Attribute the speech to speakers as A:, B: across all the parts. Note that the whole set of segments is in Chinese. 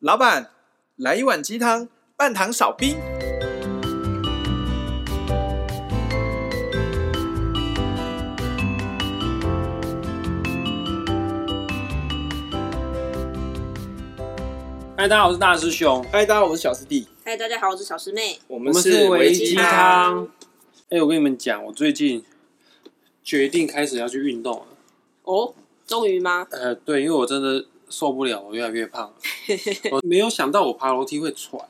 A: 老板，来一碗鸡汤，半糖少冰。
B: 嗨，大家好，我是大师兄，
A: 嗨，大家好，我是小师弟，
C: 嗨，大家好，我是小师妹。
A: 我
B: 我
A: 们
B: 们是
A: 维
B: 维
A: 基
B: 鸡
A: 汤。
B: 汤。哎、我跟你们讲，我最近决定开始要去运动了。
C: 哦，终于吗？
B: 呃，对，因为我真的受不了，我越来越 胖了。我没有想到我爬楼梯会喘，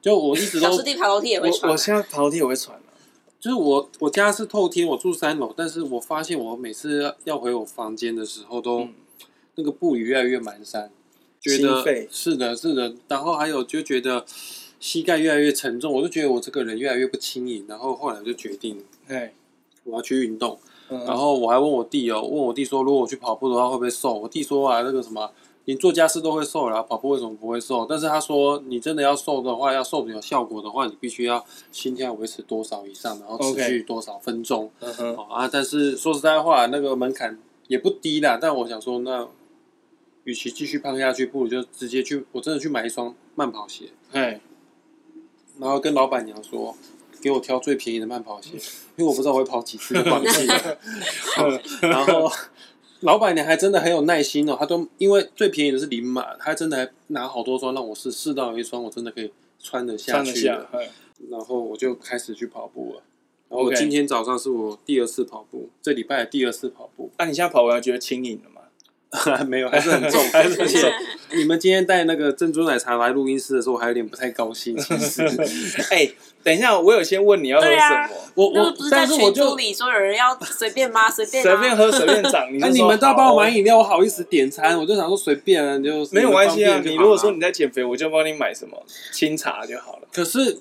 B: 就我一直都
C: 小师弟爬楼梯也会
A: 我
C: 喘
A: 我，现在爬楼梯也会喘啊了、
B: 就是我我家是透天，我住三楼，但是我发现我每次要回我房间的时候都，
A: 嗯
B: 那个步履越来越蹒跚，觉
A: 心
B: 得
A: 肺
B: 是的，是的，然后还有就觉得膝盖越来越沉重，我就觉得我这个人越来越不轻盈，然后后来我就决定
A: 哎，
B: 我要去运动，
A: 嗯
B: 然后我还问我弟哦，问我弟说如果我去跑步的话会不会瘦？我弟说啊，那个什么。你做家事都会瘦啦，跑步为什么不会瘦？但是他说，你真的要瘦的话，要瘦的有效果的话，你必须要心跳维持多少以上，然后持
A: OK
B: 续多少分钟。
A: 嗯哼，
B: 哦啊，但是说实在话，那个门槛也不低啦。但我想说，那与其继续胖下去，不如就直接去，我真的去买一双慢跑鞋，
A: 哎，
B: 然后跟老板娘说，给我挑最便宜的慢跑鞋，因为我不知道我会跑几次就放弃了。
A: 嗯
B: 然后老板娘还真的很有耐心哦，她都因为最便宜的是零码，她真的还拿好多双让我试，试到有一双我真的可以穿得下
A: 上得
B: 去
A: 下
B: 了，，
A: 哎
B: 然后我就开始去跑步了。然后我
A: OK
B: 今天早上是我第二次跑步，这礼拜的第二次跑步，
A: 啊那、你现在跑完觉得轻盈了吗？
B: 没有，还是很重， 还是很重。你们今天带那个珍珠奶茶来录音室的时候，我还有点不太高兴。其实，
A: 哎、等一下，我有先问你要喝
C: 对
A: 什
C: 啊
A: 么，
B: 我
C: 那
B: 我
C: 不是，在
B: 但是我
C: 群组
B: 就
C: 里说有人要随便 吗？随便
A: 随、
C: 啊，
A: 便喝随便涨，你 就
B: 那哎你
A: 说
B: 们都要帮我买
A: 好哦
B: 饮料，我好意思点餐？我就想说随便啊，你就
A: 没有关系啊。你如果说，
B: 们方便就好啦
A: 你在减肥，我就帮你买什么清茶就好了。
B: 可是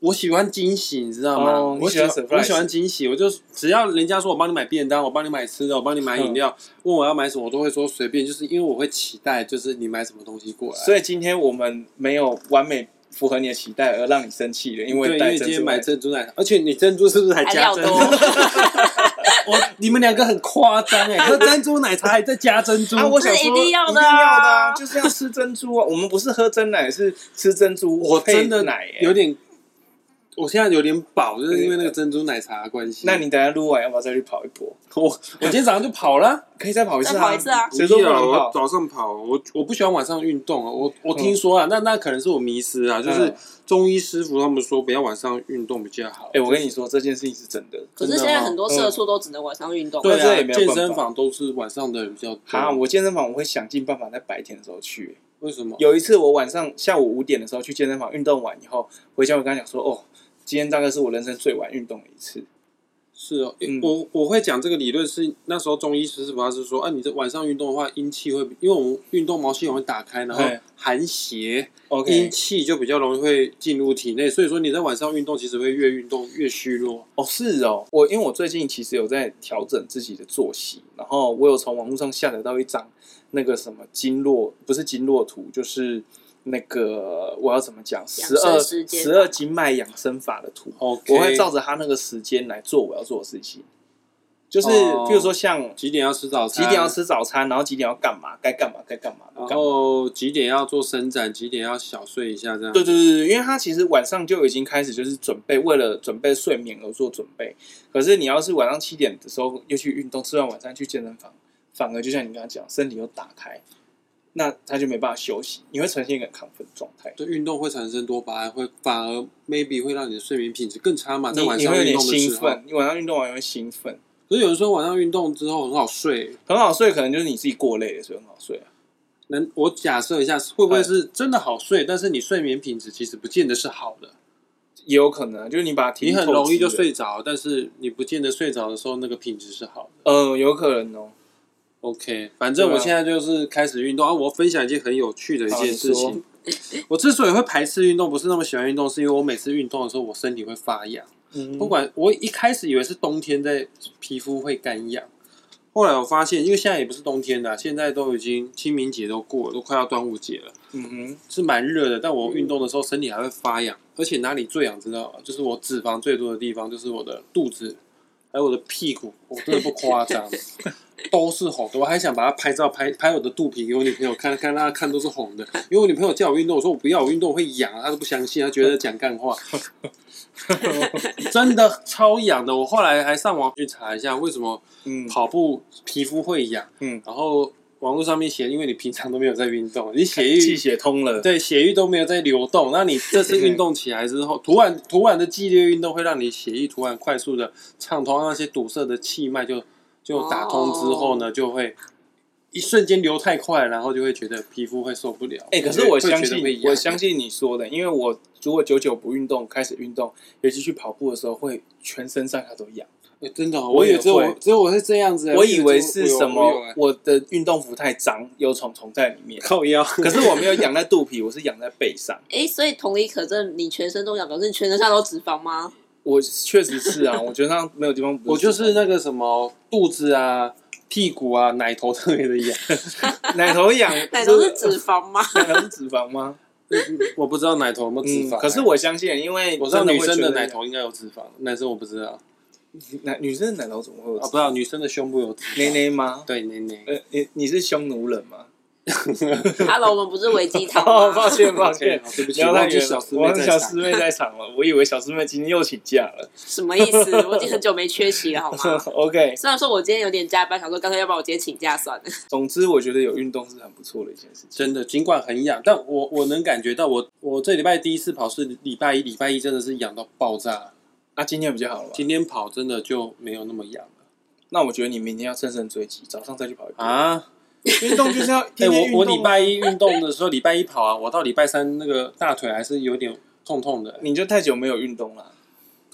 B: 我喜欢惊喜，你知道吗？
A: 哦你
B: 我
A: 喜欢
B: 欢
A: surprise
B: 我喜欢惊喜，我就只要人家说我帮你买便当，我帮你买吃的，我帮你买饮料，问我要买什么，我都会说随便，就是因为我会期待，就是你买什么东西过来。
A: 所以今天我们没有完美符合你的期待而让你生气了，因
B: 对，
A: 为
B: 因
A: 带
B: 为
A: 珍
B: 今天
A: 珠
B: 买
A: 奶茶。
B: 珍珠奶茶，而且你珍珠是不是还
C: 还
B: 加
C: 料
B: 珍
C: 多
B: 珠？ 我你们两个很夸张 哎，喝珍珠奶茶还在加珍珠，
A: 啊，我想
C: 这
A: 说
C: 一定要的啊
A: 一定要的啊，就是要吃珍珠啊！ 我们不是喝真奶，是吃珍珠。
B: 我真的
A: 配奶欸
B: 有。点，我现在有点饱，就是因为那个珍珠奶茶的关系。
A: 那你等一下录完要不要再去跑一波？
B: 我我今天早上就跑了，
A: 可以再跑一次啊！
C: 再跑一次啊
A: 谁说不能
B: 不要我
A: 跑？
B: 早上跑，我我不喜欢晚上运动啊。我我听说啊，那那可能是我迷失啊，就是
A: 嗯
B: 中医师傅他们说不要晚上运动比较好。
A: 哎，我跟你说，这件事情是真的。
C: 可是现在很多社畜都只能晚上运动，
B: 对
A: 那这
B: 啊，
A: 也没有办
B: 健
A: 法
B: 身房都是晚上的人比较
A: 啊，
B: 多。
A: 我健身房我会想尽办法在白天的时候去。
B: 为什么？
A: 有一次我晚上下午五点的时候去健身房运动完以后，回家我跟他讲说，哦，今天大概是我人生最晚运动的一次。
B: 是哦，
A: 嗯
B: 我我会讲这个理论是那时候中医师傅他是说，啊，你这晚上运动的话，阴气会，因为我们运动毛细孔会打开，然后
A: 对
B: 寒邪、阴
A: OK，
B: 气就比较容易会进入体内，所以说你在晚上运动其实会越运动越虚弱。
A: 哦，是哦，我因为我最近其实有在调整自己的作息，然后我有从网络上下载到一张那个什么经络，不是经络图，就是那个我要怎么讲，
C: 养
A: 十二
C: 生时间
A: 十二经脉养生法的图，
B: OK，
A: 我会照着它那个时间来做我要做的事情，就是
B: 哦
A: 譬如说
C: 嗯
A: 像
B: 几点要吃早餐，
A: 几点要，吃早餐，然后几点要干嘛，该干嘛该干嘛，
B: 然
A: 干嘛
B: 后几点要做伸展，几点要小睡一下这样。
A: 对对对对，因为他其实晚上就已经开始就是准备，为了准备睡眠而做准备。可是你要是晚上七点的时候又去运动，吃完晚餐去健身房，反而就像你刚刚讲，身体又打开，那他就没办法休息，你会呈现一个很亢奋的状态，
B: 对，运动会产生多巴胺，会反而 maybe 会让你的睡眠品质更差嘛，在晚
A: 你你
B: 上
A: 会有
B: 运
A: 点
B: 动的
A: 兴
B: 时候。
A: 奋，你晚上运动完也会兴奋，
B: 可是有人说晚上运动之后很好睡，
A: 很好睡，可能就是你自己过累了，所以很好睡啊。
B: 能我假设一下，会不会是真的好睡？但是你睡眠品质其实不见得是好的，
A: 也有可能啊就是你把它体力
B: 你很
A: 透
B: 容易
A: 支
B: 就
A: 了，
B: 睡着，但是你不见得睡着的时候那个品质是好的。
A: 嗯、有可能哦。
B: OK，反正
A: 对啊
B: 我现在就是开始运动啊。我分享一件很有趣的一
A: 好
B: 件事情。 我之所以会排斥运动，不是那么喜欢运动，是因为我每次运动的时候，我身体会发痒。
A: 嗯
B: 不管我一开始以为是冬天在皮肤会干痒，后来我发现，因为现在也不是冬天啦，现在都已经清明节都过了，都快要端午节了。
A: 嗯哼，
B: 是蛮热的，但
A: 嗯
B: 我运动的时候身体还会发痒，而且哪里最痒知道吗？就是我 脂肪最多的地方，就是我的肚子，还有我的屁股，我真的不夸张。都是红的，我还想把它拍照拍拍我的肚皮给我女朋友看，看让她看都是红的。因为我女朋友叫我运动，我说我不要，我运动我会痒，啊她都不相信，她觉得讲 干话，真的超痒的。我后来还上网去查一下为什么
A: 嗯，
B: 跑步皮肤会痒，
A: 嗯
B: 然后网络上面写，因为你平常都没有在运动，你血
A: 气
B: 液
A: 血通 了，
B: 对血液都没有在流动，那你这次运动起来之后，突然突然的剧烈运动会让你血液突然快速的畅通，让那些堵塞的气脉就就打通之后呢，就会一瞬间流太快，然后就会觉得皮肤会受不了。
A: 哎、可是我
B: 会觉得
A: 相
B: 会
A: 信，
B: 痒
A: 我相信你说的，因为我如果久久不运动，开始运动，尤其去跑步的时候，会全身上下都痒。
B: 哎真的哦，
A: 我
B: 我
A: 也
B: 以为只有
A: 会
B: 我只有我是这样子，
A: 我以为是
B: 啊我有
A: 什
B: 我有
A: 么
B: 哎，
A: 我的运动服太脏，有虫虫在里 面。
B: 靠腰。
A: 可是我没有痒在肚皮，我是痒在背上。
C: 哎，所以同理可证，你全身都痒，表示你全身上都脂肪吗？
A: 我确实是啊，我觉得上没有地方不
B: 我就是那个什么肚子啊、屁股啊、奶头特别的痒，
A: 奶头痒，
C: 奶头是
A: 就是
C: 脂肪吗？
A: 奶头是脂肪吗？
B: 我不知道奶头有没有 脂
A: 嗯，
B: 肪哎。
A: 可是我相信，因为
B: 我知道
A: 真
B: 女
A: 会
B: 生
A: 觉
B: 的
A: 得
B: 奶头应该有脂肪，男生我不知道啊，
A: 奶女生的奶头怎么会有
B: 哦不
A: 脂
B: 知道女生的胸部有脂
A: 内
B: 肪。
A: 内吗？
B: 对，奶奶。
A: 呃，你你是匈奴人 吗？
C: Hello，我们不是维基汤
A: 哦，抱
C: 吗？
A: 歉抱歉
B: 对，，对不
A: 不
B: 起，
A: 要太
B: 忘记
A: 远
B: 小
A: 了，
B: 师
A: 我
B: 妹
A: 忘记
B: 在
A: 小
B: 场
A: 师。妹在场 了，我以为小师妹今天又请假 了。
C: 什么意思？我已经很久没缺席了，好吗？
A: OK，
C: 虽然说我今天有点加班，想说干脆要不然我今天请假算了。
A: 总之我觉得有运动是很不错的一件事情。
B: 真的，尽管很痒，但我我能感觉到我，我这礼拜第一次跑是礼拜一，礼拜一真的是痒到爆炸。
A: 那今天比较好了吧？
B: 今天跑真的就没有那么痒了
A: 那我觉得你明天要乘胜追击，早上再去跑一跑。
B: 啊！
A: 运动就是要
B: 哎、
A: 天天运
B: 我我
A: 动啊
B: 礼拜一运动的时候，礼拜一跑啊，我到礼拜三那个大腿还是有点痛痛的。
A: 你就太久没有运动了，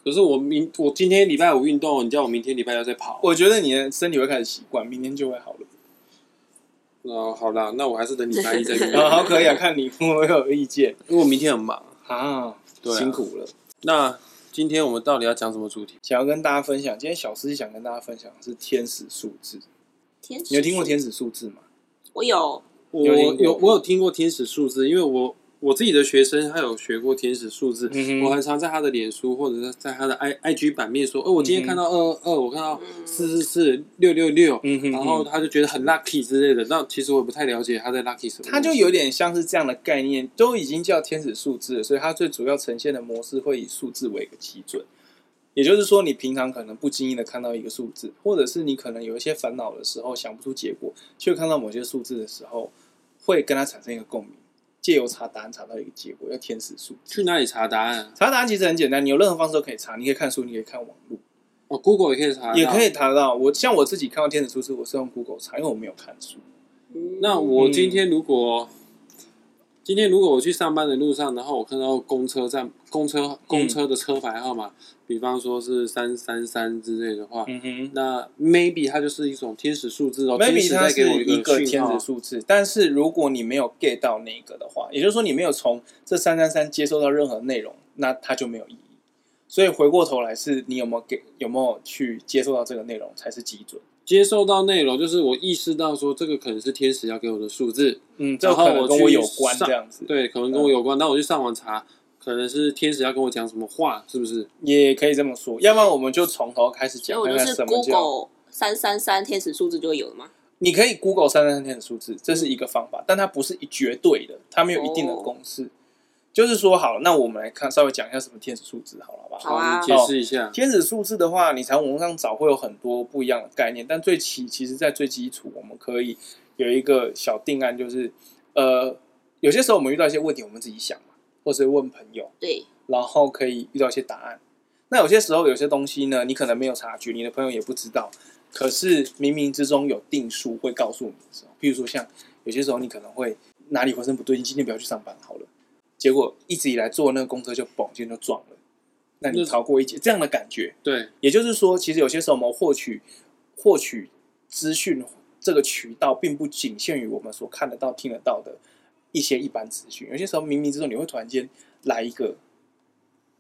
B: 可是我明我今天礼拜五运动，你叫我明天礼拜六再跑，
A: 我觉得你的身体会开始习惯，明天就会好 了。
B: 哦，好啦，那我还是等礼拜一再运
A: 啊，
B: 动，
A: 好 可以啊，看你会不会有意见
B: 因为我明天很忙。
A: 啊，
B: 对啊
A: 辛苦了。
B: 那今天我们到底要讲什么主题？
A: 想要跟大家分享，今天小司想跟大家分享的是天使数字。
C: 天使
A: 你有听过？天使数字吗？
C: 我有，
B: 我
A: 有听过
B: 有我有听过天使数字，因为我我自己的学生他有学过天使数字，
A: 嗯哼
B: 我很常在他的脸书或者是在他的 i i g 版面说，哦，我今天看到二二，我看到四四四六六六，
A: 嗯哼
B: 然后他就觉得很 lucky 之类的。那其实我也不太了解他在 lucky 什么东西，
A: 它就有点像是这样的概念，都已经叫天使数字了，所以它最主要呈现的模式会以数字为一个基准。也就是说，你平常可能不经意的看到一个数字，或者是你可能有一些烦恼的时候想不出结果，却看到某些数字的时候，会跟它产生一个共鸣，借由查答案查到一个结果，叫天使数字。
B: 去哪里查答案啊？
A: 查答案其实很简单，你有任何方式都可以查，你可以看书，你可以看网络，
B: 哦，Google 也可以查，
A: 也可。以查到。我像我自己看到天使数字，我是用 Google 查，因为我没有看书。嗯
B: 那我今天如果、今天如果我去上班的路上，然后我看到公车站、公车、
A: 嗯
B: 公车的车牌号码，比方说是三三三之类的话，
A: 嗯哼，
B: 那 maybe 它就是一种天使数字哦
A: maybe
B: 天使
A: 它
B: 在
A: 是
B: 给我
A: 一
B: 个
A: 个
B: 讯
A: 天
B: 号
A: 使。数字，但是如果你没有 get 到那个的话，也就是说你没有从这三三三接收到任何内容，那它就没有意义。所以回过头来是你有没有给有没有去接受到这个内容才是基准。
B: 接受到内容，就是我意识到说这个可能是天使要给我的数字，
A: 嗯，这
B: 然
A: 个
B: 后
A: 可能跟
B: 我
A: 我
B: 去
A: 有关
B: 上
A: 这样子，
B: 对，可能跟我有关。那我去上网查，可能是天使要跟我讲什么话，是不是？
A: 也可以这么说。要不然我们就从头开始
C: 所以
A: 讲，
C: 我
A: 看
C: 就
A: 看
C: 是
A: 什么叫。
C: Google 三三三天使数字就会有了吗？
A: 你可以 Google 三三三天的数字，这是一个方法，但它不是一绝对的，它没有一定的
C: 哦
A: 公式。就是说，好，那我们来看，稍微讲一下什么天使数字，好了好不
C: 好啊
B: 你解释一下。
A: 天使数字的话，你从网上找会有很多不一样的概念，但最起其实在最基础，我们可以有一个小定案，就是呃，有些时候我们遇到一些问题，我们自己想嘛，或是问朋友，
C: 对，
A: 然后可以遇到一些答案。那有些时候有些东西呢，你可能没有察觉，你的朋友也不知道，可是冥冥之中有定数会告诉你的时候，譬如说像有些时候你可能会哪里浑身不对劲，今天不要去上班好了，结果一直以来坐那个公车就嘣，今天就撞了，那你
B: 那
A: 逃过一劫，这样的感觉。
B: 对，
A: 也就是说，其实有些时候我们获取获取资讯这个渠道，并不仅限于我们所看得到、听得到的一些一般资讯。有些时候冥冥之中，你会突然间来一个，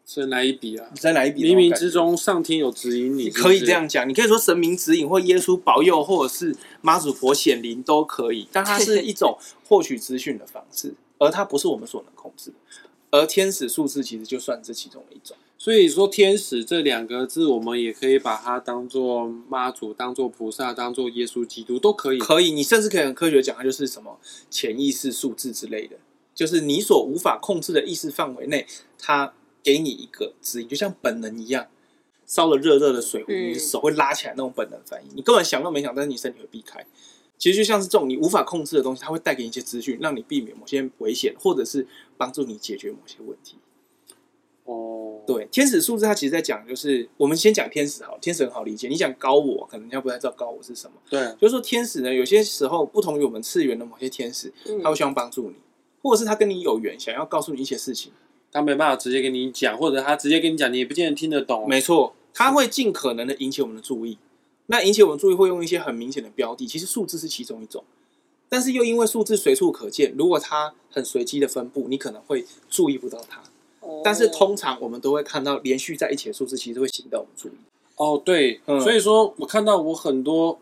B: 先来一笔啊！
A: 再来一笔那
B: 冥
A: 种感觉，
B: 冥之中，上天有指引你，
A: 可以
B: 是不是
A: 这。样讲，你可以说神明指引，或耶稣保佑，或者是妈祖婆显灵都可以，但它是一种获取资讯的方式，而它不是我们所能控制的。而天使数字其实就算这其中的一种，
B: 所以说“天使”这两个字，我们也可以把它当做妈祖、当做菩萨、当做耶稣基督都可以。
A: 可以，你甚至可以很科学地讲，它就是什么潜意识数字之类的，就是你所无法控制的意识范围内，它给你一个指引，就像本能一样。烧了热热的水壶，
C: 嗯
A: 你手会拉起来那种本能反应，你根本想都没想，但是你身体会避开。其实就像是这种你无法控制的东西，它会带给你一些资讯，让你避免某些危险，或者是帮助你解决某些问题。
B: 哦，
A: 对，天使数字它其实在讲，就是我们先讲天使好，天使很好理解。你讲高我，可能人家不太知道高我是什么。
B: 对，
A: 就是说天使呢，有些时候不同于我们次元的某些天使，
C: 嗯
A: 他会希望帮助你，或者是他跟你有缘，想要告诉你一些事情。
B: 他没办法直接跟你讲，或者他直接跟你讲，你也不见得听得懂。啊
A: 没错，他会尽可能的引起我们的注意。那引起我们注意会用一些很明显的标的，其实数字是其中一种，但是又因为数字随处可见，如果它很随机的分布，你可能会注意不到它。
C: 哦
A: 但是通常我们都会看到连续在一起的数字，其实会吸引到我们注意。
B: 哦，对，
A: 嗯
B: 所以说我看到我很多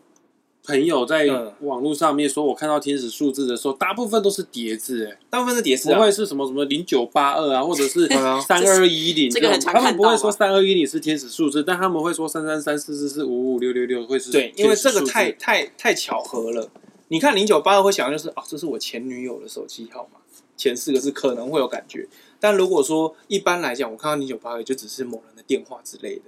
B: 朋友在
A: 嗯
B: 网络上面说，我看到天使数字的时候，大部分都是叠字，哎，
A: 大部分是叠字
B: 不
A: 啊，
B: 会是什么什么零九八二啊，或者是
A: 嗯
B: 三二一零，
C: 这个很常
B: 他们
C: 看
B: 不
C: 到嘛
B: 会说三二一零是天使数字，但他们会说三三三四四四五五六六六会是
A: 对，因为这个
B: 天使数字
A: 太太太巧合了。你看零九八二会想到就是哦，这是我前女友的手机号码，前四个字可能会有感觉。但如果说一般来讲，我看到零九八二就只是某人的电话之类的，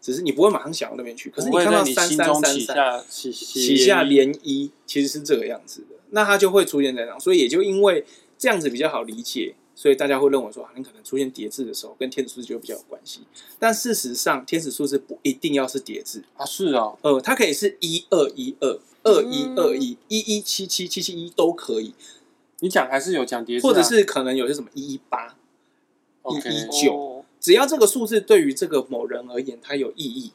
A: 只是你不会马上想到那边去。可是
B: 不会
A: 看到
B: 在你
A: 三
B: 心
A: 三
B: 中
A: 三
B: 起
A: 三
B: 下起
A: 旗
B: 起
A: 下涟漪，其实是这个样子的，那它就会出现在那，所以也就因为这样子比较好理解。所以大家会认为说，啊，你可能出现叠字的时候，跟天使数字就比较有关系。但事实上，天使数字不一定要是叠字，
B: 啊是哦，
A: 呃，它可以是一二一二、二一二一、一一七七、七七一都可以，
B: 你讲还是有讲叠字啊，
A: 或者是可能有些什么一一八，
B: OK
A: 一一
C: 哦
A: 只要这个数字对于这个某人而言它有意义，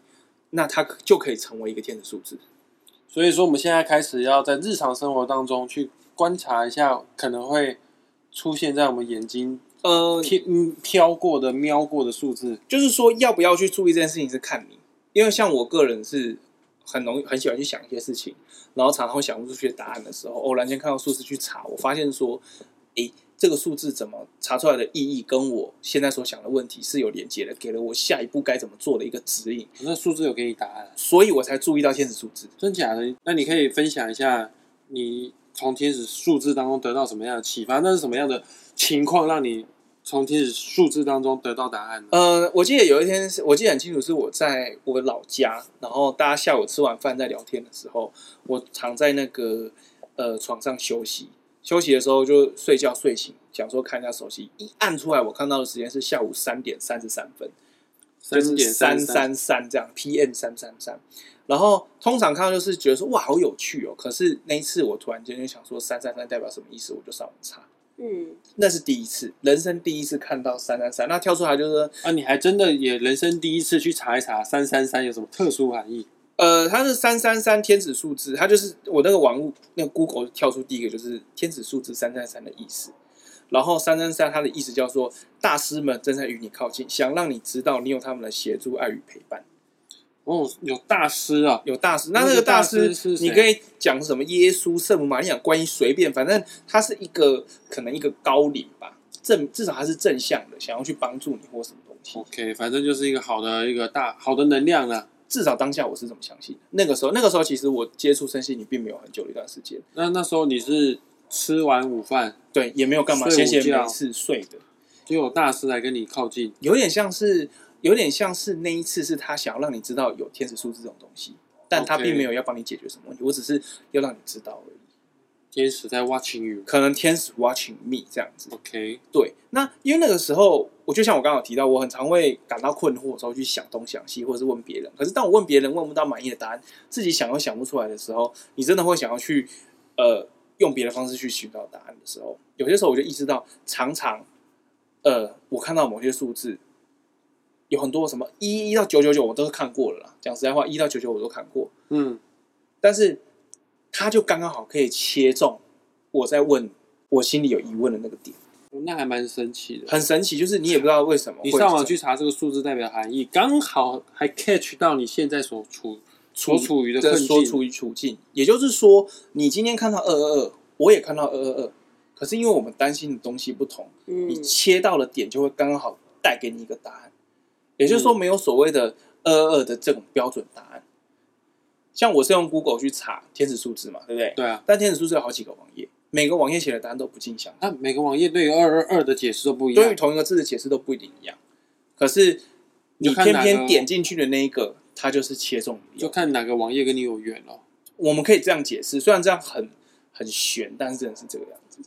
A: 那它可就可以成为一个天使数字。
B: 所以说，我们现在开始要在日常生活当中去观察一下，可能会出现在我们眼睛
A: 呃，
B: 飘嗯飘过的、瞄过的数字。
A: 就是说要不要去注意这件事情是看你，因为像我个人是很容易很喜欢去想一些事情，然后常常会想不出去答案的时候，偶然间看到数字去查，我发现说，诶、这个数字怎么查出来的意义跟我现在所想的问题是有连接的，给了我下一步该怎么做的一个指引，
B: 那数字有给你答案，
A: 所以我才注意到天使数字。
B: 真假的？那你可以分享一下，你从天使数字当中得到什么样的启发？那是什么样的情况让你从天使数字当中得到答案呢？
A: 呃，我记得有一天是，我记得很清楚，是我在我老家，然后大家下午吃完饭在聊天的时候，我躺在那个呃床上休息，休息的时候就睡觉睡醒，想说看一下手机，一按出来，我看到的时间是下午三点三十三分，就是
B: 点
A: 三
B: 三，
A: 三三这样，PM 三三三。然后通常看到就是觉得说哇好有趣哦，可是那一次我突然间就想说三三三代表什么意思，我就上网查。
C: 嗯，
A: 那是第一次，人生第一次看到三三三，那跳出来就是说
B: 啊，你还真的也人生第一次去查一查三三三有什么特殊含义？
A: 呃，它是三三三天使数字，它就是我那个网络那个 Google 跳出第一个就是天使数字三三三的意思。然后三三三它的意思叫做大师们正在与你靠近，想让你知道你有他们的协助、爱与陪伴。
B: 哦，有大师啊，
A: 有大师，
B: 那
A: 那
B: 个
A: 那个
B: 大
A: 大
B: 师
A: 师
B: 是谁
A: 你可以讲什么耶稣、圣母玛利亚、观音，随便，反正他是一个可能一个高龄吧，正至少他是正向的，想要去帮助你或什么东西。
B: OK，反正就是一个好的一个大好的能量了。
A: 至少当下我是这么相信的。那个时候，那个时候其实我接触身心灵并没有很久的一段时间。
B: 那那时候你是吃完午饭，
A: 对，也没有干嘛，
B: 睡午
A: 闲
B: 觉
A: 闲没事睡的，
B: 就有大师来跟你靠近，
A: 有点像是，有点像是那一次是他想要让你知道有天使数字这种东西，但他
B: OK
A: 并没有要帮你解决什么问题，我只是要让你知道而已。
B: 天使在 watching you。
A: 可能天使 watching me 这样子，
B: OK，
A: 对。那因为那个时候，我就像我刚刚有提到，我很常会感到困惑的时候去想东想西，或者是问别人。可是当我问别人问不到满意的答案，自己想又想不出来的时候，你真的会想要去呃用别的方式去寻找答案的时候，有些时候我就意识到，常常呃我看到某些数字。有很多什么一一到九九九，我都是看过了啦。讲实在话，一到九九我都看过，
B: 嗯，
A: 但是它就刚刚好可以切中我在问我心里有疑问的那个点。
B: 那还蛮神奇的。
A: 很神奇，就是你也不知道为什么会
B: 你
A: 是这样。
B: 上网去查这个数字代表含义，刚好还 catch 到你现在所处所处于的
A: 这
B: 困
A: 说
B: 境。
A: 嗯处于处境，也就是说，你今天看到二二二，我也看到二二二，可是因为我们担心的东西不同，
C: 嗯
A: 你切到的点就会刚好带给你一个答案。也就是说，
B: 嗯
A: 没有所谓的二二的这种标准答案。像我是用 Google 去查天使数字嘛，对不对？
B: 对啊，
A: 但天使数字有好几个网页，每个网页写的答案都不尽相同，
B: 那每个网页对二二二的解释都不一
A: 对于
B: 样。
A: 同一个字的解释都不一定一样。可是你
B: 就看
A: 偏
B: 哪
A: 偏
B: 个
A: 点进去的那一个，它就是切中你
B: 就看哪个网页跟你有哦缘了。
A: 我们可以这样解释，虽然这样很很悬，但是真的是这个样子。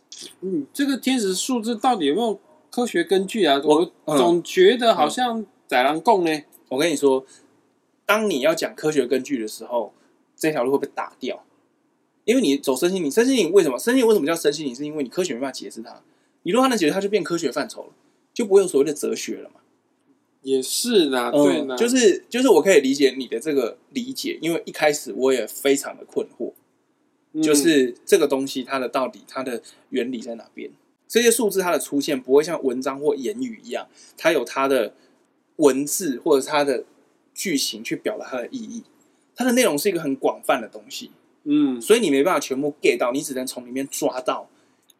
B: 嗯，这个天使数字到底有没有科学根据啊？
A: 我
B: 我
A: 嗯
B: 总觉得好像宰狼共呢。
A: 我跟你说，当你要讲科学根据的时候，这条路会被打掉，因为你走身心灵，身心灵为什么？身心灵为什么叫身心灵？是因为你科学没办法解释它，你如果它能解释，它就变科学范畴了，就不会有所谓的哲学了嘛。
B: 也是啦，
A: 嗯
B: 对啦，
A: 就是就是我可以理解你的这个理解，因为一开始我也非常的困惑，
B: 嗯
A: 就是这个东西它的到底它的原理在哪边？这些数字它的出现不会像文章或言语一样，它有它的文字或者它的句型去表达它的意义。它的内容是一个很广泛的东西，
B: 嗯，
A: 所以你没办法全部 get 到，你只能从里面抓到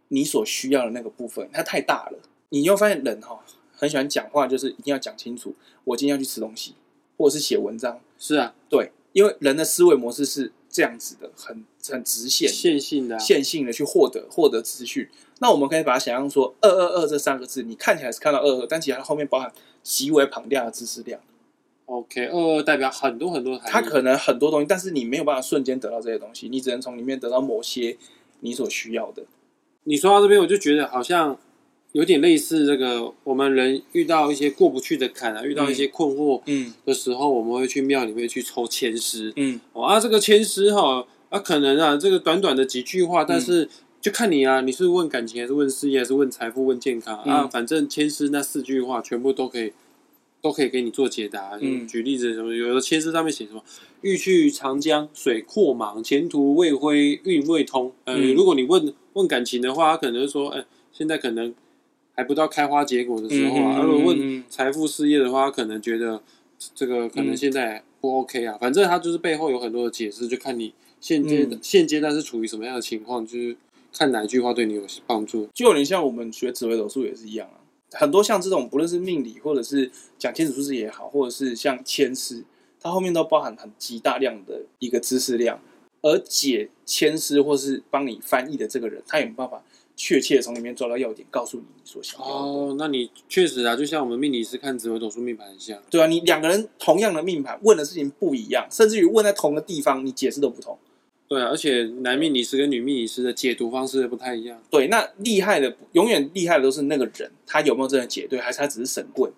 A: 你所需要的那个部分。它太大了，你又发现人哈很喜欢讲话，就是一定要讲清楚，我今天要去吃东西，或者是写文章。
B: 是啊，
A: 对，因为人的思维模式是这样子的，很很直线的
B: 线性的啊，
A: 线性的去获得获得资讯。那我们可以把它想象说，二二二这三个字，你看起来是看到二二，但其实它后面包含极为庞大的知识量，
B: OK，二二代表很多很多含义
A: 它可能很多东西，但是你没有办法瞬间得到这些东西，你只能从里面得到某些你所需要的。
B: 你说到这边，我就觉得好像有点类似这个，我们人遇到一些过不去的坎啊，遇到一些困惑
A: 嗯
B: 的时候，我们会去庙里面去抽签师。
A: 嗯，
B: 哦啊，这个签师哈，啊可能啊，这个短短的几句话，
A: 嗯
B: 但是就看你啊，你是问感情还是问事业，还是问财富、问健康、啊？
A: 嗯
B: 反正签师那四句话全部都可以，都可以给你做解答。
A: 嗯
B: 举例子什么，有的签师上面写什么“欲去长江水阔茫，前途未归运未通”呃。
A: 嗯
B: 如果你问问感情的话，他可能就说，哎、现在可能还不到开花结果的时候啊。
A: 嗯嗯嗯
B: 如果问
A: 嗯嗯
B: 财富事业的话，他可能觉得这个可能
A: 嗯
B: 现在不 OK 啊。反正他就是背后有很多的解释，就看你现阶、
A: 嗯
B: 现阶段是处于什么样的情况，就是看哪一句话对你有帮助。
A: 就有点像我们学紫微斗数也是一样啊。很多像这种，不论是命理，或者是讲天使数字也好，或者是像签师，它后面都包含很极大量的一个知识量，而解签师或是帮你翻译的这个人，他有没有办法确切地从里面抓到要点，告诉你你所想要的？
B: 哦，那你确实啊，就像我们命理师看紫微斗数命盘一样，
A: 对啊，你两个人同样的命盘，问的事情不一样，甚至于问在同个地方，你解释都不同。
B: 对啊，而且男命理师跟女命理师的解读方式也不太一样。
A: 对，那厉害的永远厉害的都是那个人，他有没有真的解对，还是他只是神棍？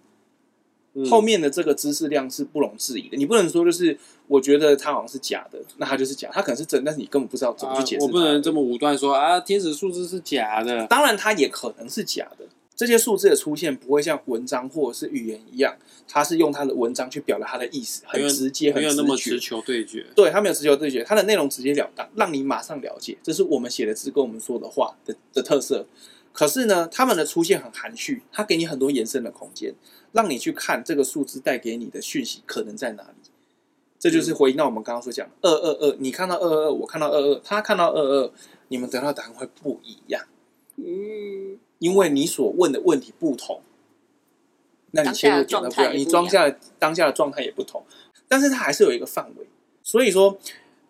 B: 嗯
A: 后面的这个知识量是不容置疑的。你不能说就是我觉得它好像是假的，那它就是假，它可能是真，但是你根本不知道怎么去解释、
B: 啊，我不能。这么武断说啊，天使数字是假的。
A: 当然，它也可能是假的。这些数字的出现不会像文章或者是语言一样，它是用它的文章去表达它的意思，很
B: 没有
A: 直接，很
B: 没有那么
A: 直
B: 直
A: 觉。
B: 球对决。
A: 对，它没有直球对决，它的内容直截了当，让你马上了解，这是我们写的字跟我们说的话的的特色。可是呢，他们的出现很含蓄，它给你很多延伸的空间，让你去看这个数字带给你的讯息可能在哪里。这就是回应到我们刚刚所讲二二二，222, 你看到二二二，我看到二二，他看到二二，你们得到答案会不一样，
C: 嗯，
A: 因为你所问的问题不同，那你切入点都
C: 当下的状态也不一样
A: 你当下的当下的状态也不同，但是它还是有一个范围。所以说，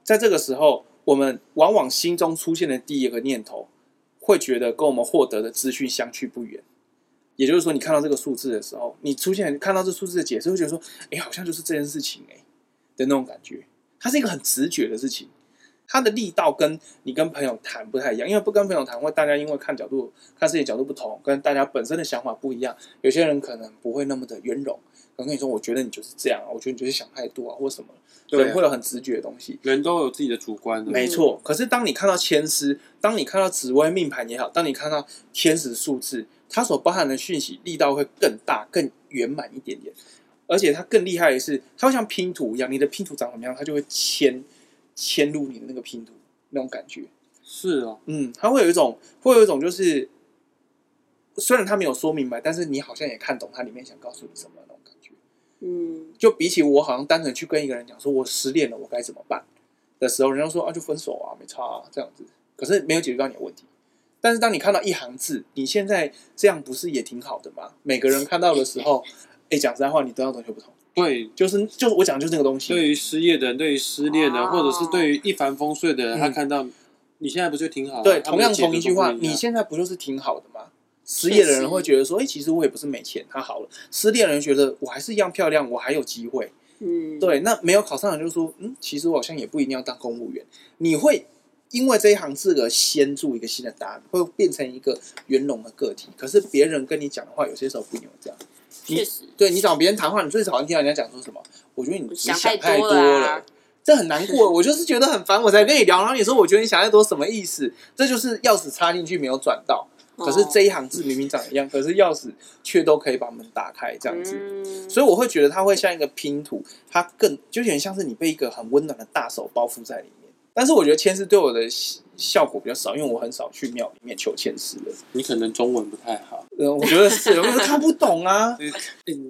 A: 在这个时候，我们往往心中出现的第一个念头，会觉得跟我们获得的资讯相去不远。也就是说，你看到这个数字的时候，你出现看到这数字的解释，会觉得说，哎、好像就是这件事情、诶哎的那种感觉。它是一个很直觉的事情，它的力道跟你跟朋友谈不太一样，因为不跟朋友谈会，大家因为看角度、看事情角度不同，跟大家本身的想法不一样，有些人可能不会那么的圆融。可能跟你说，我觉得你就是这样啊，我觉得你就是想太多啊，或什么，
B: 对啊
A: 人会有很直觉的东西。
B: 人都有自己的主观的，
A: 没错，可是当你看到签师，当你看到紫微命盘也好，当你看到天使数字，它所包含的讯息力道会更大、更圆满一点点。而且它更厉害的是，它会像拼图一样，你的拼图长什么样，它就会嵌嵌入你的那个拼图那种感觉。
B: 是哦，
A: 嗯，它会有一种，会有一种就是，虽然它没有说明白，但是你好像也看懂它里面想告诉你什么那种感觉。
C: 嗯，
A: 就比起我好像单纯去跟一个人讲说我失恋了，我该怎么办的时候，人家说啊就分手啊，没差啊这样子，可是没有解决到你的问题。但是当你看到一行字，你现在这样不是也挺好的吗？每个人看到的时候，哎，讲实在话，你得到的东西又不同，
B: 对，
A: 就是就我讲的就是那个东西。
B: 对于失业的人，对于失恋的人，
C: 哦
B: 或者是对于一帆风顺的人，
A: 嗯
B: 他看到你现在不就挺好？
A: 对，
B: 啊他
A: 同
B: 们的
A: 样
B: 解读
A: 同一句话，
B: 都不一
A: 你
B: 样
A: 现在不就是挺好的吗？失
C: 确
A: 业的
C: 实
A: 人会觉得说，哎、其实我也不是没钱，他好了。失恋的人觉得我还是一样漂亮，我还有机会。
C: 嗯，
A: 对，那没有考上的人就说，嗯，其实我好像也不一定要当公务员。你会因为这一行字而先注一个新的答案，会变成一个圆融的个体。可是别人跟你讲的话，有些时候不一定会这样。
C: 确实，
A: 对你找别人谈话，你最讨厌听到人家讲说什么？我觉得你只
C: 想
A: 想
C: 太
A: 太
C: 多
A: 多
C: 了啊
A: 了。这很难过，我就是觉得很烦，我才跟你聊。然后你说我觉得你想太多，什么意思？这就是钥匙插进去没有转到，可
C: 哦
A: 是这一行字明明长一样，可是钥匙却都可以把门打开，这
C: 这
A: 样子。
C: 子
A: 所以我会觉得它会像一个拼图，它更就有点像是你被一个很温暖的大手包覆在里面。但是我觉得签诗对我的效果比较少，因为我很少去庙里面求签诗的。
B: 你可能中文不太好。
A: 嗯，我觉得是，我觉得看不懂啊。
B: 欸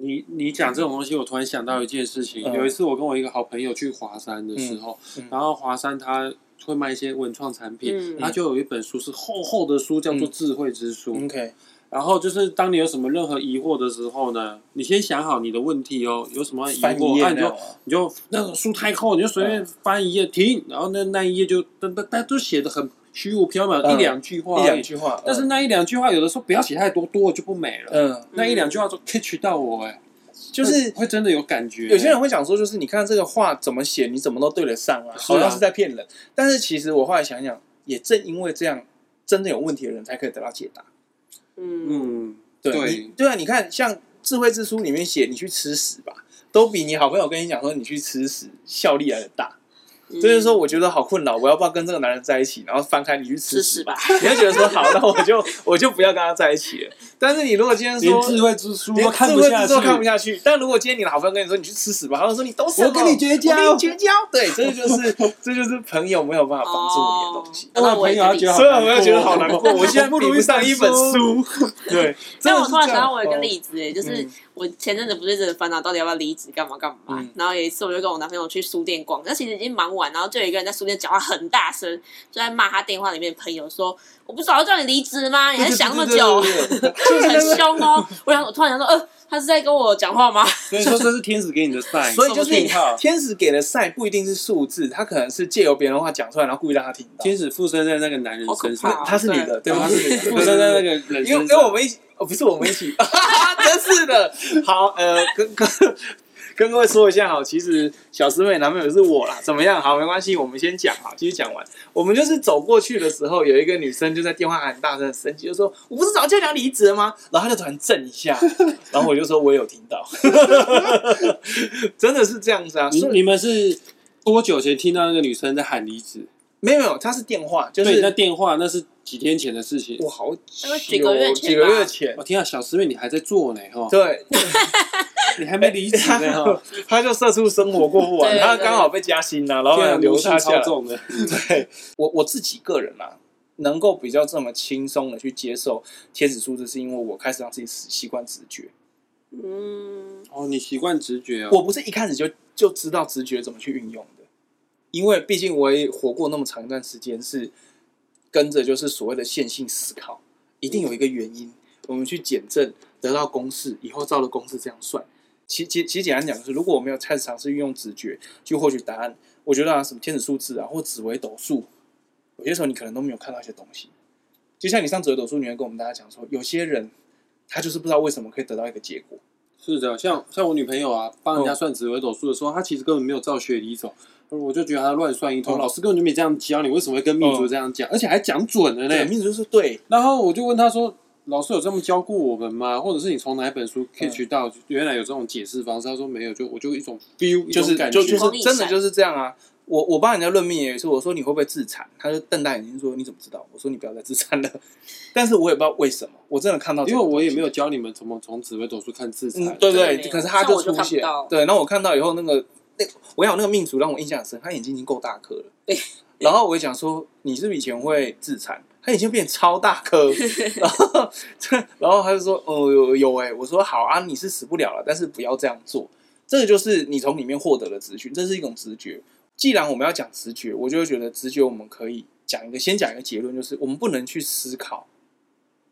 B: 你你讲这种东西，我突然想到一件事情。
A: 嗯
B: 有一次，我跟我一个好朋友去华山的时候，
A: 嗯嗯
B: 然后华山他会卖一些文创产品，
C: 嗯
B: 他就有一本书是厚厚的书，叫做《智慧之书》。
A: OK，
B: 然后就是当你有什么任何疑惑的时候呢，你先想好你的问题哦，有什么疑
A: 翻一
B: 惑，
A: 页
B: 那
A: 那
B: 你
A: 样
B: 就
A: 啊。
B: 你就那个书太厚，你就随便翻一页停，然后那那一页就但但但都写的很虚无缥缈，
A: 嗯
B: 一两句话
A: 一
B: 而
A: 两
B: 已。
A: 句话，
B: 但是那一两句话，有的时候不要写太多，多了就不美了。
A: 嗯，
B: 那一两句话就 catch 到我哎、
A: 就是
B: 会真的有感觉。
A: 有些人会想说，就是你看这个话怎么写，你怎么都对得上啊，
B: 是啊
A: 好像是在骗人。但是其实我后来想一想，也正因为这样，真的有问题的人才可以得到解答。
C: 嗯
B: 嗯，
A: 对，
B: 对
A: 你对啊，你看像《智慧之书》里面写，你去吃屎吧，都比你好朋友跟你讲说你去吃屎效力来的大。
C: 嗯，
A: 就是说，我觉得好困扰，我要不要跟这个男人在一起？然后翻开你去吃
C: 试
A: 屎
C: 试
A: 吧，
C: 吧，
A: 你会觉得说好，那我就我就不要跟他在一起了。但是你如果今天说
B: 连智慧之书
A: 连
B: 都看
A: 智
B: 不
A: 慧
B: 下
A: 之
B: 去
A: 都，看不下去。但如果今天你的好朋友跟你说你去吃屎吧，他会说你懂什么？
B: 我跟你绝交
A: 我跟你绝交。对，这就是 这就是朋友没有办法帮助你的东
C: 哦
A: 西。
B: 我朋友他觉得好
A: 所以我会觉得好难过，
B: 难过
A: 我现在比不上一本 书。 对，真
C: 但
A: 的
C: 我
A: 是
C: 突然
A: 这
C: 想
A: 样
C: 到我有一个
A: 哦
C: 例子、哎、就是
A: 嗯
C: 我前阵子不是一直烦恼到底要不要离职，干嘛干嘛、
A: 嗯
C: 然后有一次我就跟我男朋友去书店逛，那其实已经蛮晚，然后就有一个人在书店讲话很大声，就在骂他电话里面的朋友说：“我不是早就叫你离职吗？你还想那么久，
A: 对对对对
C: 是不是很凶哦？”我想，我突然想说，呃，他是在跟我讲话吗？
B: 所以说这是天使给你的 sign。
A: 所以就是
B: 说不定哈
A: 天使给的赛不一定是数字，他可能是借由别人的话讲出来，然后故意让他听到。
B: 天使附身在那个男人身
C: 好可怕
B: 上
C: 哦，
A: 他是女的，啊对
B: 对
A: 吗？
B: 吧？
A: 她是女的
B: 附身在那个人
A: 因为
B: 身
A: 因为我
B: 上。
A: 们一起，哦，不是我们一起， 真是的。好，呃，跟 跟跟各位说一下哈，其实小师妹男朋友是我啦，怎么样？好，没关系，我们先讲哈，继续讲完。我们就是走过去的时候，有一个女生就在电话喊大声生气，就说：“我不是早就讲离职了吗？”然后她就突然震一 下，然后我就说：“我有听到。” 真的是这样子啊，
B: 你
A: 所以
B: 你们是多久前听到那个女生在喊离职？
A: 没有没有，她是电话，就
B: 对，那
A: 是
B: 电话那是几天前的事情。
A: 我好久
C: 几个月前吧
A: 几个月前
B: 我，天啊，小师妹你还在做呢哈，
A: 对，
B: 你还没离职呢哈，
A: 他就社畜生活过不完，
C: 对
A: 他刚好被加薪了、然
B: 天啊，
A: 后留
B: 奴性
A: 他下
B: 超
A: 来。
B: 重的。
A: 对我我自己个人啊，能够比较这么轻松的去接受天使数字，是因为我开始让自己习惯直觉。
C: 嗯，
B: 哦，你习惯直觉哦。
A: 我不是一开始就就知道直觉怎么去运用的，因为毕竟我也活过那么长一段时间，是跟着就是所谓的线性思考，一定有一个原因，我们去检证得到公式，以后照着公式这样算。其其其实简单讲就是，如果我没有开始尝试运用直觉去获取答案，我觉得啊，什么天使数字啊，或紫微斗数，有些时候你可能都没有看到一些东西。就像你上紫微斗数，你会跟我们大家讲说，有些人他就是不知道为什么可以得到一个结果，
B: 是的，像像我女朋友啊，帮人
A: 哦
B: 家算紫微斗数的时候，她其实根本没有照学理走，我就觉得她乱算一通，
A: 嗯
B: 老师根本就没这样教你，为什么会跟命主这样讲，而且还讲准了
A: 哦对，
B: 呢？
A: 命主就是对，
B: 然后我就问她说。老师有这么教过我们吗？或者是你从哪一本
A: 嗯
B: 书 catch 到原来有这种解释方式？她说没有，就我就一种 feel，一
A: 就
B: 种
A: 是
B: 感
A: 就
B: 觉
A: 就
B: 哦
C: 同
A: 是
C: 理
A: 真的
C: 心
A: 就是这样啊。我我帮人家论命也是，我说你会不会自残，他就瞪大眼睛说你怎么知道？我说你不要再自残了。 但是我也不知道为什么，我真的看到这
B: 因
A: 个
B: 为
A: 东西，
B: 我也没有教你们怎么从紫微斗数看自
A: 嗯
B: 残，，
A: 对
C: 真的没
A: 对，
C: 有
A: 可是他
C: 像我就
A: 出
C: 看不
A: 现
C: 到，
A: 对，然后我看到以后那个那我想那个命主让我印象很深，他眼睛已经够大颗了，然后我就讲说你是不是以前会自残？他眼睛变超大 颗，然后 然后他就说哦有有哎、我说好啊，你是死不了了，但是不要这样做，这个就是你从里面获得的资讯，这是一种直觉。既然我们要讲直觉，我就会觉得直觉我们可以讲一个，先讲一个结论，就是我们不能去思考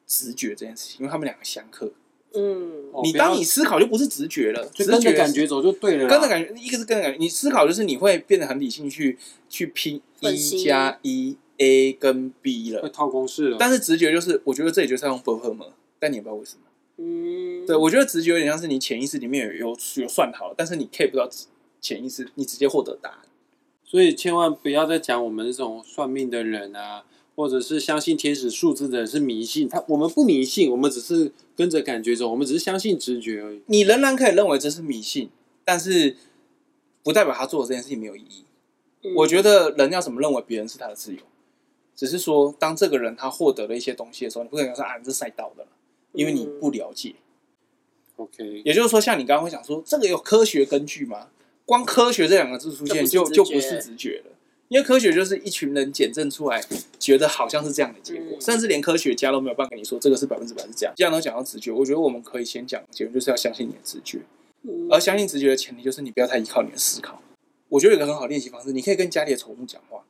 A: 直觉这件事情，因为他们两个相克。
C: 嗯，
B: 哦
A: 你
B: 不要
A: 当你思考就不是直觉了，
B: 就
A: 直
B: 跟着
A: 觉
B: 感觉走就对啊了啦，
A: 跟着感觉，一个是跟着感觉，你思考就是你会变得很理性去去拼
C: 分析
A: 一加一 A 跟 B
B: 会
A: 了，
B: 套公式了。
A: 但是直觉就是我觉得这里就是要用 b o h e m 但你也不知道为什么。
C: 嗯，
A: 对，我觉得直觉有点像是你潜意识里面有有有算好了，但是你 K 不到潜意识，你直接获得答案。
B: 所以千万不要再讲我们这种算命的人啊，或者是相信天使数字的人是迷信。他我们不迷信，我们只是跟着感觉走，我们只是相信直觉而已。
A: 你仍然可以认为这是迷信，但是不代表他做的这件事情没有意义。
C: 嗯
A: 我觉得人要怎么认为别人是他的自由，只是说当这个人他获得了一些东西的时候，你不可能说啊，你是赛道的了，因为你
C: 嗯
A: 不了解。
B: OK，
A: 也就是说，像你刚刚会讲说，这个有科学根据吗？光科学这两个字出现
C: 这
A: 就
C: 不是直觉
A: 就不是直觉了，因为科学就是一群人检证出来，觉得好像是这样的结果，
C: 嗯
A: 甚至连科学家都没有办法跟你说这个是百分之百是这样。既然都讲到直觉，我觉得我们可以先讲结论，就是要相信你的直觉，
C: 嗯
A: 而相信直觉的前提就是你不要太依靠你的思考。我觉得有一个很好的练习方式，你可以跟家里的宠物讲话，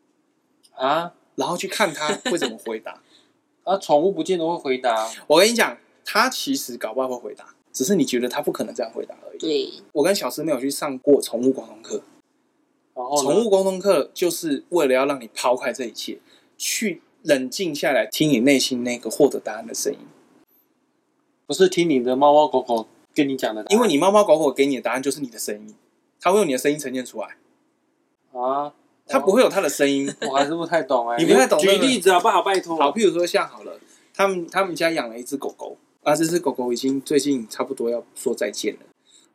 B: 啊
A: 然后去看它会怎么回答。
B: 啊，宠物不见得会回答。
A: 我跟你讲，它其实搞不好会回答，只是你觉得它不可能这样回答而已。
C: 对，
A: 我跟小师妹有去上过宠物沟通课，
B: 然后呢
A: 宠物沟通课就是为了要让你抛开这一切，去冷静下来，听你内心那个获得答案的声音。
B: 不是听你的猫猫狗狗跟你讲的答案，
A: 因为你猫猫狗狗给你的答案就是你的声音，它会用你的声音呈现出来，
B: 啊，
A: 它不会有它的声音。
B: 我，我还是不太懂 哎、
A: 你不太懂
B: 举
A: 那个
B: 例子好不好？拜托。
A: 好，譬如说像好了，他们他们家养了一只狗狗，啊，这只狗狗已经最近差不多要说再见了。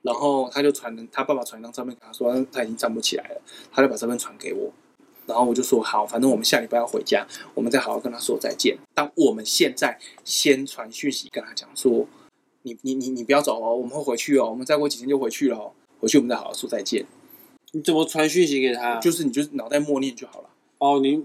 A: 然后他就传了，他爸爸传一张照片给他说他已经站不起来了，他就把照片传给我，然后我就说好，反正我们下礼拜要回家，我们再好好跟他说再见。但我们现在先传讯息跟他讲说，你你你你不要走哦，我们会回去哦，我们再过几天就回去了哦，回去我们再好好说再见。
B: 你怎么传讯息给他？
A: 就是你就是脑袋默念就好了，
B: 哦，你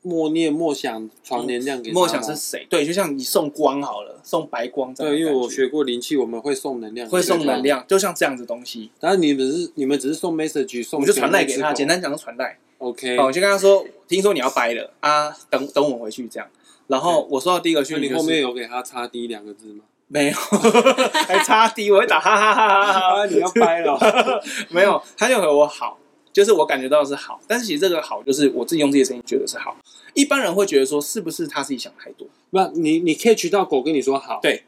B: 默念默想传能量给他吗
A: 默想是谁？对，就像你送光好了，送白光这样的
B: 对，因为
A: 感
B: 我
A: 觉
B: 学过灵气，我们会送能量，
A: 会送能
B: 量。
A: 量，就像这样子东西，
B: 然后你们只是你们只是送 message，
A: 我
B: 送
A: 们就传赖给
B: 讯
A: 他，
B: 息
A: 简单讲就传赖。
B: OK，
A: 哦，我就跟他说，听说你要掰了啊，等等我回去这样。然后我收到第一个
B: 所
A: 讯
B: 以
A: 息、
B: 你
A: 就是，
B: 后面有给他插 D 两 个字吗？
A: 没有，还差低，我会打哈哈哈哈哈哈，，
B: 你要掰 了，
A: 没有，他就回我好，就是我感觉到是好，但是其实这个好就是我自己用自己的声音觉得是好，一般人会觉得说是不是他自己想太多，
B: 不，你你 catch 到狗跟你说好，
A: 对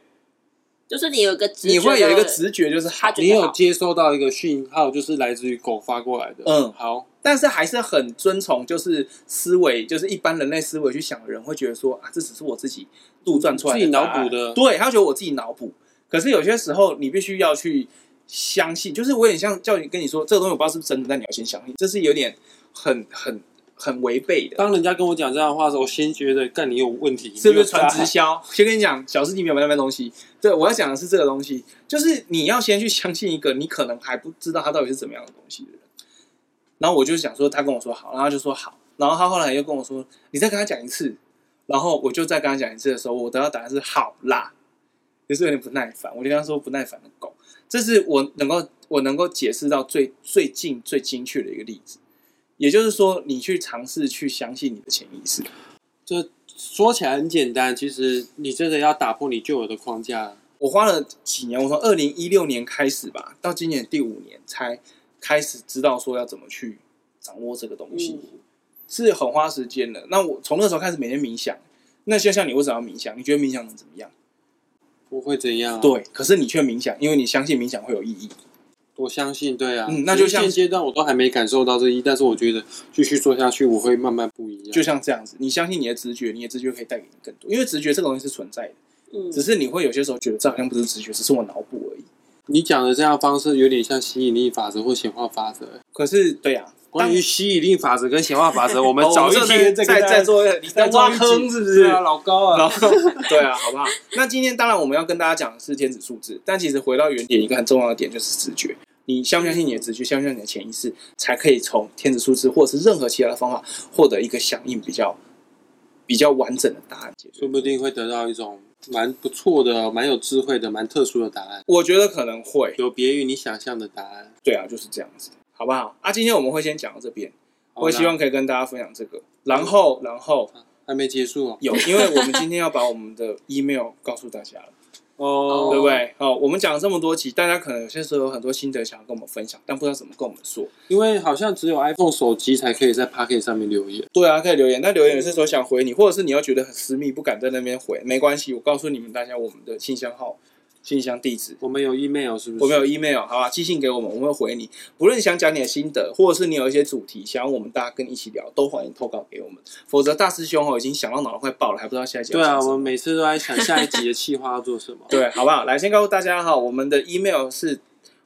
C: 就是你有一个直觉
A: 你会有一个
C: 的
A: 直觉就是好
C: 他，觉
B: 你
C: 得
B: 有接收到一个讯号，就是来自于狗发过来的。
A: 嗯
B: 好，
A: 但是还是很遵从就是思维，就是一般人类思维去想的人会觉得说啊，这只是我自己杜撰出来的，
B: 自己脑补的
A: 对他觉得我自己脑补。可是有些时候你必须要去相信，就是我有点像叫你跟你说这个东西我不知道是不是真的，但你要先相信，这是有点很很很违背的。
B: 当人家跟我讲这样的话的时候，我先觉得干你有问题，
A: 是不
B: 你有
A: 是传
B: 诈
A: 直销？ 先跟你讲，小师弟没有卖那卖东西。对，我要讲的是这个东西，就是你要先去相信一个你可能还不知道他到底是怎么样的东西的人。然后我就想说，他跟我说好，然后他就说好，然后他后来又跟我说，你再跟他讲一次。然后我就再跟他讲一次的时候，我得到答案是好啦，就是有点不耐烦。我就跟他说不耐烦的狗，这是我能够我能够解释到最最近最精确的一个例子。也就是说，你去尝试去相信你的潜意识。
B: 就说起来很简单，其实你真的要打破你旧有的框架。
A: 我花了几年，我从二零一六年开始吧，到今年第五年才开始知道说要怎么去掌握这个东西，
C: 嗯
A: 是很花时间的。那我从那时候开始每天冥想，那就像你为什么要冥想？你觉得冥想能怎么样？
B: 不会怎样、啊，，
A: 对，可是你却冥想，因为你相信冥想会有意义。
B: 我相信，对啊，
A: 嗯那就
B: 其实
A: 像
B: 现阶段我都还没感受到这一，但是我觉得继续做下去，我会慢慢不一样。
A: 就像这样子，你相信你的直觉，你的直觉可以带给你更多，因为直觉这个东西是存在的，
C: 嗯
A: 只是你会有些时候觉得这好像不是直觉，只是我脑补而已。
B: 你讲的这样的方式有点像吸引力法则或显化法则。欸
A: 可是，对呀、
B: 关于吸引力法则跟显化法则，我们
A: 哦
B: 找一
A: 这
B: 天
A: 再
B: 个
A: 再再做一个，你在
B: 再
A: 挖
B: 做一
A: 坑
B: 集
A: 是不是？
B: 对啊，老高啊，
A: 然后 对啊，好不好？那今天当然我们要跟大家讲的是天使数字，但其实回到原点，一个很重要的点就是直觉。你相不相信你的直觉，相不相信你的潜意识，才可以从天使数字或者是任何其他的方法获得一个响应比较比较完整的答案解决。
B: 说不定会得到一种蛮不错的、蛮有智慧的、蛮特殊的答案，
A: 我觉得可能会，
B: 有别于你想象的答案。
A: 对啊，就是这样子，好不好？啊，今天我们会先讲到这边，
B: 好
A: 我也希望可以跟大家分享这个。然后，然后
B: 那还没结束哦。
A: 有，因为我们今天要把我们的 email 告诉大家了。
B: 哦，
A: 对不对？哦，我们讲了这么多集，大家可能有些时候有很多心得想要跟我们分享，但不知道怎么跟我们说。
B: 因为好像只有 iPhone 手机才可以在 Pocket 上面留言。
A: 对啊，可以留言。那留言有些时候想回你，或者是你又觉得很私密，不敢在那边回，没关系，我告诉你们大家我们的信箱号、信箱地址。
B: 我们有 email 是不是？
A: 我们有 email，好吧，寄信给我们，我们会回你。不论你想讲你的心得，或者是你有一些主题想要我们大家跟一起聊，都欢迎投稿给我们。否则大师兄哦已经想到脑袋快爆了，还不知道下一集要
B: 对啊，
A: 讲什
B: 我
A: 么。
B: 们每次都在想下一集的计划要做什么
A: 对，好不好？来，先告诉大家哈，我们的 email 是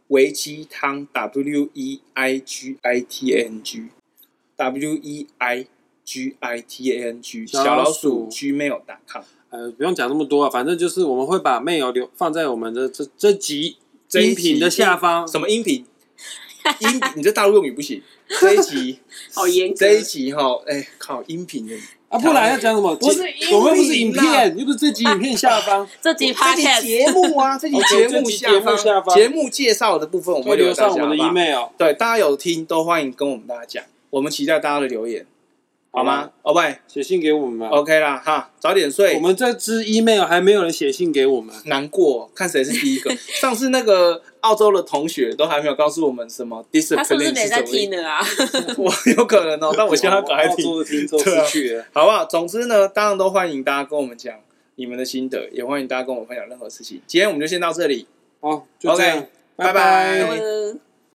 A: 维基汤 W E I G I T A N G W E I G I T A N G
B: 小
A: 小老
B: 老
A: 鼠
B: 鼠
A: gmail.com
B: 呃，不用讲那么多啊，反正就是我们会把 mail 留放在我们的这这集啊
A: 这一
B: 音
A: 集
B: 频的下方。
A: 什么音频？音频你这大陆用语不行。这一 集
C: 好严格
A: 这一集哈，哎、靠，音频的
B: 啊，不然要讲什么？
A: 不是
B: 我们又不是
A: 音
B: 影
A: 频啦
B: 片，又不是这集影片下方，
C: 这集 podcast
A: 节目 啊，哦这集
B: OK，
A: 节目
B: 哦这集
A: 下
B: 节目
A: 方
B: 下方
A: 节目介绍的部分，我们
B: 会
A: 会
B: 留
A: 留
B: 上我 们的
A: email。
B: email。
A: 对，大家有听都欢迎跟我们大家讲，我们期待大家的留言，好吗？哦喂
B: 写信给我们吧。
A: ，OK 啦，哈，早点睡
B: 我。们这支 email 还没有人写信给我们，
A: 难过，看谁是第一个。 上次那个澳洲的同学都还没有告诉我们什么 discipline
C: 他是不是没在
A: 什么意
C: 听
A: 思，
C: 的啊？
A: 我有可能哦，但我希望他赶快
B: 澳
A: 听，
B: 洲的听众
A: 对啊
B: 失去了。
A: 好不好？总之呢，当然都欢迎大家跟我们讲你们的心得，也欢迎大家跟我们分享任何事情。今天我们就先到这里，
B: 好，就这样
A: OK，拜拜
B: 拜
A: 对
C: 嗯